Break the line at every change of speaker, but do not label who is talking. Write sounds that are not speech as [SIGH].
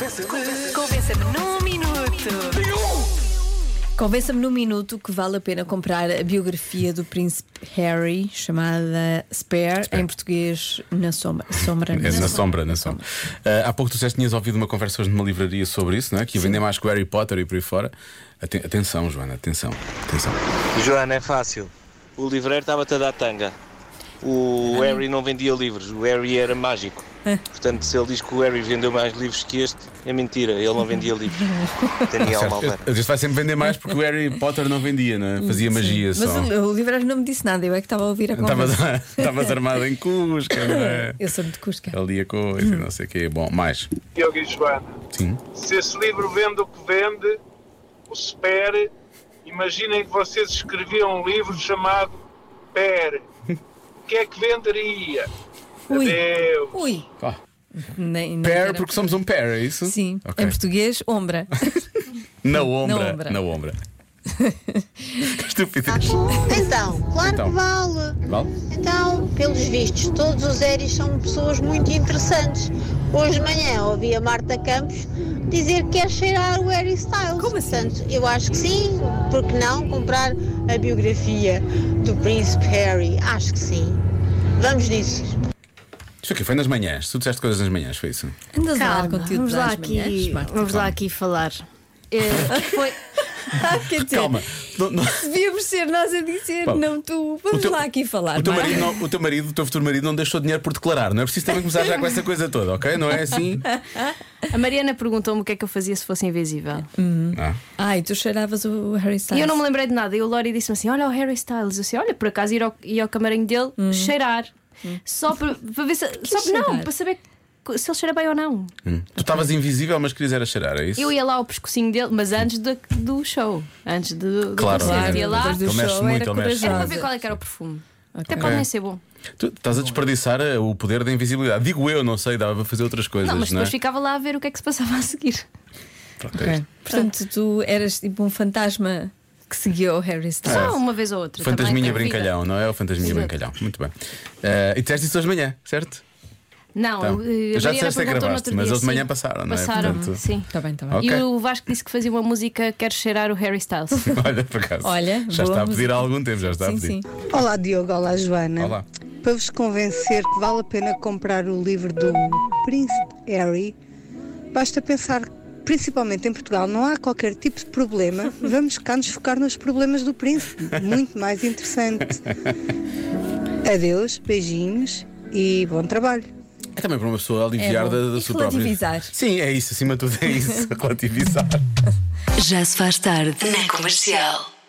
Convença-me Convença-me num minuto.
Convença-me num minuto que vale a pena comprar a biografia do príncipe Harry, chamada Spare, em português, na sombra. sombra
É, na sombra, na sombra. Ah, há pouco tu disseste que tinhas ouvido uma conversa hoje numa livraria sobre isso, não é? Que ia vender mais que o Harry Potter e por aí fora. Aten- atenção, Joana, atenção, atenção.
Joana, é fácil. O livreiro estava-te a dar tanga. O Harry não vendia livros, o Harry era mágico. Portanto, se ele diz que o Harry vendeu mais livros que este, é mentira, ele não vendia livros. Daniel Malveira.
Ele disse, vai sempre vender mais porque o Harry Potter não vendia, não é? Fazia magia
Mas
só.
o, o livreiro não me disse nada, eu é que estava a ouvir a
Estavas,
conversa.
estavas armado em Cusca, não [LAUGHS] é?
Eu sou de Cusca.
Ali a coisa, e não sei o quê. Bom, mais.
Diogo e Joana.
Sim.
Se esse livro vende o que vende, o SPER, imaginem que vocês escreviam um livro chamado PER. O que é que venderia?
Ui.
Adeus.
Ui!
Ah,
Nem, nem
pair,
era-
porque somos um pair, é isso?
Sim,
Ok.
em português, ombra.
Na ombra.
Na ombra.
Na [LAUGHS] ombra. Estupidez.
Então, claro
Tá Então.
que vale.
Vale?
Então, pelos vistos, todos os Eris são pessoas muito interessantes. Hoje de manhã ouvi a Marta Campos dizer que quer cheirar o Harry Styles.
Como assim?
Portanto, eu acho que sim. Porque não comprar a biografia do Príncipe Harry? Acho que sim. Vamos nisso.
Isto aqui foi nas manhãs. Tu disseste coisas nas manhãs, foi isso?
Andas a dar
Calma,
conteúdo
vamos
às
lá
manhãs,
aqui,
Marta.
vamos lá aqui falar. Eh, foi,
Ah, quer dizer,
[LAUGHS] Calma. Não- não-
devíamos ser nós a dizer,
Pá,
não tu. Vamos
teu-
lá aqui falar. é?
O teu,
Marta.
marido não- o teu marido, o teu futuro marido, não deixou dinheiro por declarar. Não é preciso também começar já com essa coisa toda, ok? Não é assim?
a Mariana perguntou-me o que é que eu fazia se fosse invisível.
Ah,
Ai, tu cheiravas o Harry
E
Styles.
eu não me lembrei de nada. E o Lori disse-me assim: Olha o Harry Styles. Eu disse: Olha, por acaso ir ao, ir ao camarim dele cheirar. Só para, para ver se. Só,
Hum.
não,
cheirar?
para saber co- se ele cheira bem ou não.
hum. Tu estavas invisível, mas querias era cheirar, é isso?
Eu ia lá ao pescocinho dele, mas antes do, do show. Antes do, do
Claro,
concerto.
claro.
Ia lá.
depois do
Ele mexe
show
muito,
era
ele mexe
Era para
corajosa.
ver qual é que era o perfume. Até pode
Ok.
nem ser bom.
Tu estás a desperdiçar eh, o poder da invisibilidade. Digo eu, não sei, dava para fazer outras coisas,
Não, mas
não é?
depois ficava lá a ver o que é que se passava a seguir.
Pronto, é
Ok.
isto.
Portanto, tu eras tipo um fantasma que seguia o Harry
É.
Styles.
Só uma vez ou outra. também
Fantasminha
tem vida.
brincalhão, não é? O fantasminha brincalhão. Muito bem. Eh, e disseste isso hoje de manhã, certo? [LAUGHS]
Não,
Então,
eh, a
já
Mariana
disseste que
perguntou no
gravaste,
outro
mas
dia,
eles de manhã
sim.
passaram, não é?
Passaram,
Portanto-
sim.
Tá bem, tá bem.
Ok.
E o Vasco disse que fazia uma música Quero cheirar o Harry Styles.
Olha, por acaso.
Olha,
já
boa
está a pedir
música.
há algum tempo, já está
Sim,
a pedir.
sim.
Olá Diogo, olá Joana.
Olá.
Para vos convencer que vale a pena comprar o livro do Príncipe Harry, basta pensar que, principalmente em Portugal, não há qualquer tipo de
[LAUGHS]
problema. Vamos cá nos focar nos problemas do príncipe, muito mais interessante. Adeus, beijinhos e bom trabalho.
É também para uma pessoa aliviar
É bom.
da, da
E
sua própria.
relativizar.
Sim, [LAUGHS] é isso, acima de tudo é isso, relativizar.
Já se faz tarde na comercial.